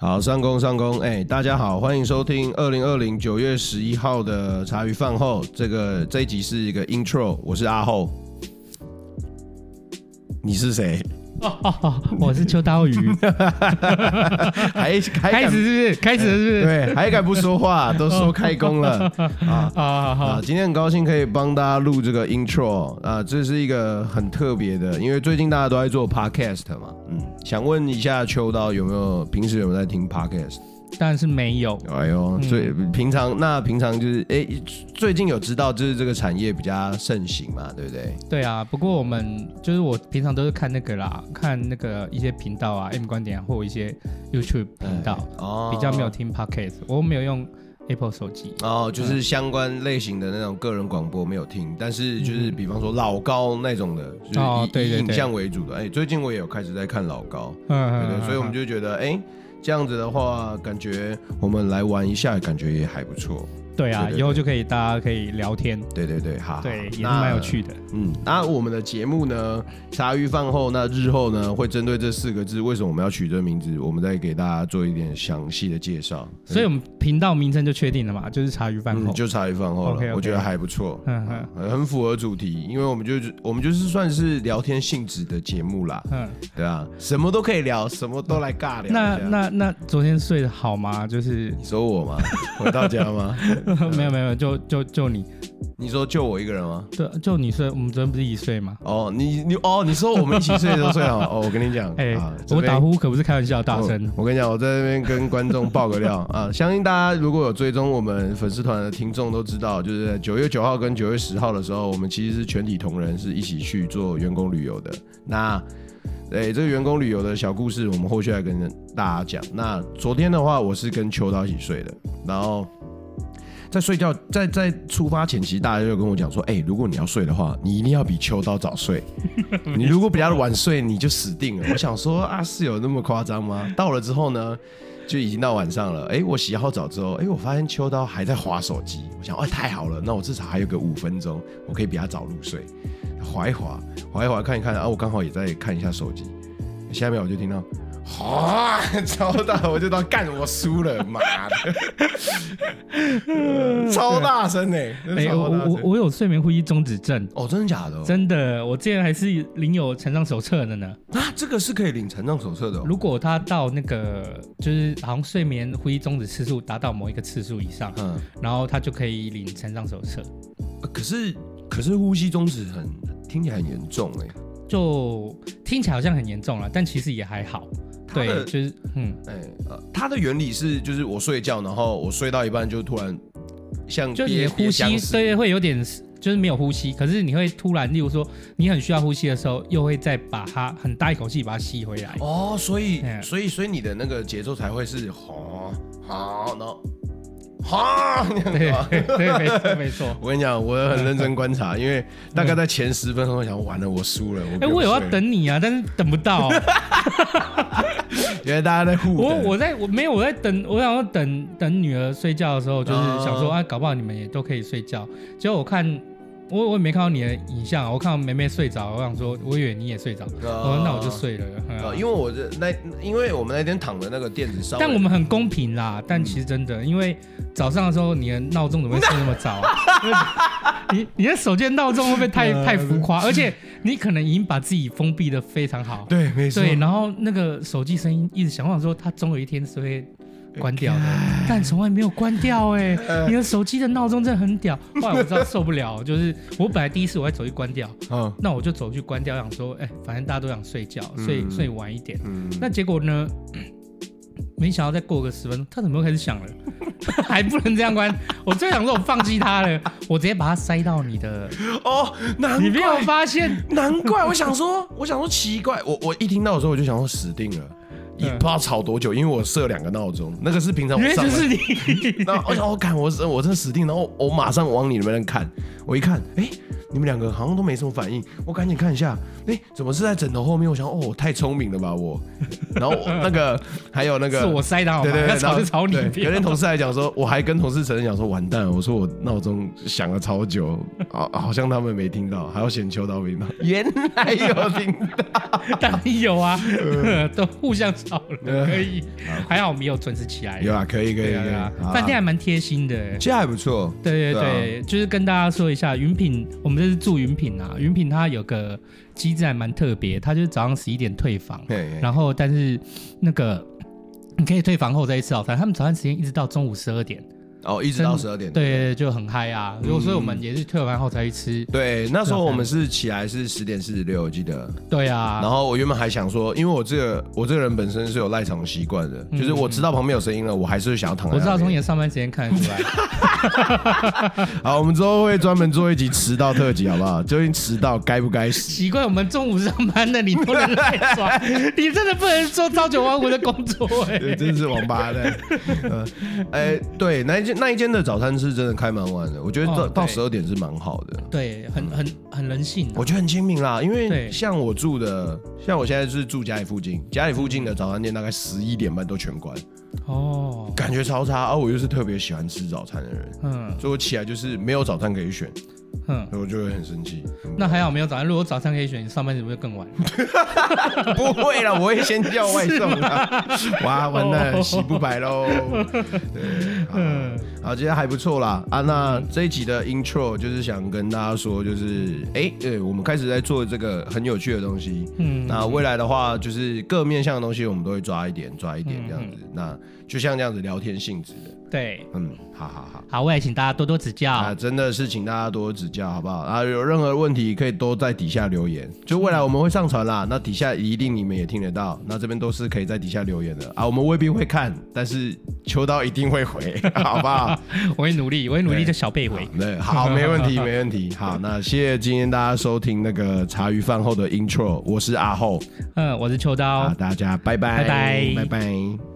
好，上工上工，哎、大家好，欢迎收听二零二零九月十一号的茶余饭后。这个这一集是一个 intro，我是阿后。你是谁？ 我是秋刀鱼，还还开敢始是不是？开始了是不是？对，还敢不说 话？都说开工了啊！啊，好啊好，今天很高兴可以帮大家录这个 intro 啊，这是一个很特别的，因为最近大家都在做 podcast 嘛，嗯，想问一下秋刀有没有平时有没有在听 podcast？当然是没有。哎嗯呦，最平常那平常就是哎，最近有知道就是这个产业比较盛行嘛，对不对？对啊，不过我们就是我平常都是看那个啦，看那个一些频道啊，M 观点啊或一些 YouTube 频道，哎哦比较没有听 Podcast。我没有用 Apple 手机，哦，就是相关类型的那种个人广播没有听，但是就是比方说老高那种的，就是以、嗯哦对对以对影像为主的。哎，最近我也有开始在看老高，对嗯对，所以我们就觉得，哎，这样子的话，感觉我们来玩一下，感觉也还不错。对啊，对对对以后就可以大家可以聊天，对对对，哈，对，也是那蛮有趣的。嗯，那我们的节目呢，茶余饭后，那日后呢会针对这四个字，为什么我们要取这个名字，我们再给大家做一点详细的介绍。嗯所以我们频道名称就确定了嘛，就是茶余饭后嗯，。就啊茶余饭后了 OK，OK 我觉得还不错，嗯哼很符合主题，因为我们就是我们就是算是聊天性质的节目啦，嗯，对啊，什么都可以聊，什么都来尬聊一那下。那那昨天睡得好吗？就是你说我吗？回到家吗？ 没有没有，就就就你，你说就我一个人吗？对，就你睡，我们昨天不是一起睡吗？哦，你你哦，你说我们一起睡都睡好哦，我跟你讲， 哎、啊这我边打呼可不是开玩笑，大声嗯。我跟你讲，我在那边跟观众爆个 料啊，相信大家如果有追踪我们粉丝团的听众都知道，就是九月九号跟九月十号的时候，我们其实是全体同仁是一起去做员工旅游的。那哎、这个员工旅游的小故事，我们后续来跟大家讲。那昨天的话，我是跟秋刀一起睡的，然后在睡觉，在在出发前，其实大家就跟我讲说，哎、如果你要睡的话，你一定要比秋刀早睡。嗯你如果比较晚睡，你就死定了。我想说啊，是有那么夸张吗？到了之后呢，就已经到晚上了。哎、我洗好澡之后，哎、我发现秋刀还在划手机。我想，哎、太好了，那我至少还有个五分钟，我可以比他早入睡。划一划，划一划，看一看啊，我刚好也在看一下手机。下面我就听到。啊！超大，我就当干我输了，妈 的，超大声呢、欸！真哎、的超我大声我我有睡眠呼吸中止症，哦，真的假的、哦？真的，我之前还是领有残障手册的呢。啊，这个是可以领残障手册的、哦。如果他到那个就是好像睡眠呼吸终止次数达到某一个次数以上，嗯，然后他就可以领残障手册。呃可是可是呼吸中止很听起来很严重哎、就听起来好像很严重了，但其实也还好。他对的，就是嗯，哎、呃，它的原理是就是我睡觉，然后我睡到一半就突然像就你憋的呼吸憋，僵对，会有点就是没有呼吸，可是你会突然，例如说你很需要呼吸的时候，又会再把它很大一口气把它吸回来。哦，所以哎所以所以你的那个节奏才会是吼吼，然后吼那样子 对吗？对，没错没错。 我跟你讲，我很认真观察，因为大概在前十分钟，我想完了，我输了。嗯哎、不我有要睡了，等你啊，但是等不 到。原来大家在互我等我在我没有我在等，我想要等等女儿睡觉的时候，就是哦想 说啊，搞不好你们也都可以睡觉。结果我看我我也没看到你的影像啊，我看到梅梅睡着，我想说我以为你也睡着，哦哦，那我就睡了。嗯呃，因为我的那，因为我们那天躺的那个垫子上，但我们嗯很公平啦，但其实真的，因为早上的时候你的闹钟怎么会设那么早、啊？ 你你的手机的闹钟会不会太太浮夸？而且你可能已经把自己封闭的非常好，对，没错，对，然后那个手机声音一直响，我想说它总有一天是会关掉的，哎但从来没有关掉 哎、呃你的手机的闹钟真的很屌，后来我知道受不了，就是我本来第一次我还走去关掉，嗯那我就走去关掉，想说哎、反正大家都想睡觉，嗯睡睡晚一点。嗯，那结果呢？ 没想到再过个十分钟，它怎么又开始响了？ 还不能这样关。我最想说，我放弃它了，我直接把它塞到你的，哦，难你没有怪，发现？难怪，我想说， 我想说奇怪，我我一听到的时候我就想说死定了，嗯也不知道吵多久，因为我设两个闹钟，那个是平常我原来哦上 就班是哦你。然后我想我看我真我真死定，然后我马上往你那边看，我一看，哎、你们两个好像都没什么反应，我赶紧看一下，哎、怎么是在枕头后面？我想，哦，我太聪明了吧我。然后我那个还有那个 是我塞的好吗？对对对，要吵就吵你然后不对要有天同事还讲说，我还跟同事承认讲说，完蛋了，我说我闹钟响了超久，好，好像他们没听到，还要显秋刀没听到，原来 有听到。 当然有啊，嗯 都互相吵了，呃可以。 还好我们有准时起来。有啊，可以可以对啊，可对啊以，好啊饭店还蛮贴心的。其实还不错，对对对啊对，就是跟大家说一下，云品，我们这是住云品啊。云品它有个机制还蛮特别，它就是早上十一点退房，嘿嘿然后但是那个你可以退房后再去吃早餐，他们早餐时间一直到中午十二点，哦，一直到十二点。对对，对就很嗨啊。如果所以我们也是退完后才去吃，对，那时候我们是起来是十点四十六，我记得。对啊，然后我原本还想说，因为我这个我这个人本身是有赖床习惯的，就是我知道旁边有声音了，我还是会想要躺在嗯我知那道边。从你的上班时间看得出来，好，我们之后会专门做一集迟到特辑，好不好？究竟迟到该不该死？奇怪，我们中午上班的你不能赖 床，你真的不能做朝九晚五的工作哎、对真是王八蛋。呃，哎，对，那一间那一间的早餐是真的开蛮晚的，我觉得到哦对到十二点是蛮好的。对，很很很人性、啊我。觉得很亲民啦，因为对像我住的，像我现在是住家里附近，家里附近的早餐店大概十一点半都全关，哦，感觉超差。而、啊我又是特别喜欢吃早餐的人，嗯所以我起来就是没有早餐可以选，嗯，所以我就会很生气。那还好没有早上，如果早上可以选，你上班是不是更晚？不会啦，我会先叫外送啦。哇，完蛋，哦洗不白喽。对，好嗯，好，今天还不错啦。啊，那这一集的 intro 就是想跟大家说，就是哎，对，我们开始在做这个很有趣的东西。嗯那未来的话，就是各面向的东西，我们都会抓一点，抓一点这样子。那就像这样子聊天性质的，对，嗯，好好好。好，我也请大家多多指教。啊，真的是请大家多指教，好不好？啊，有任何问题可以都在底下留言，就未来我们会上传啦。那底下一定你们也听得到，那这边都是可以在底下留言的啊。我们未必会看，但是秋刀一定会回， 好不好？我会努力，我会努力对这小背回。对，好，没问 题，没问题。好，那谢谢今天大家收听那个茶余饭后的 intro，我是阿厚，嗯，我是秋刀啊，。大家拜拜，拜拜拜拜。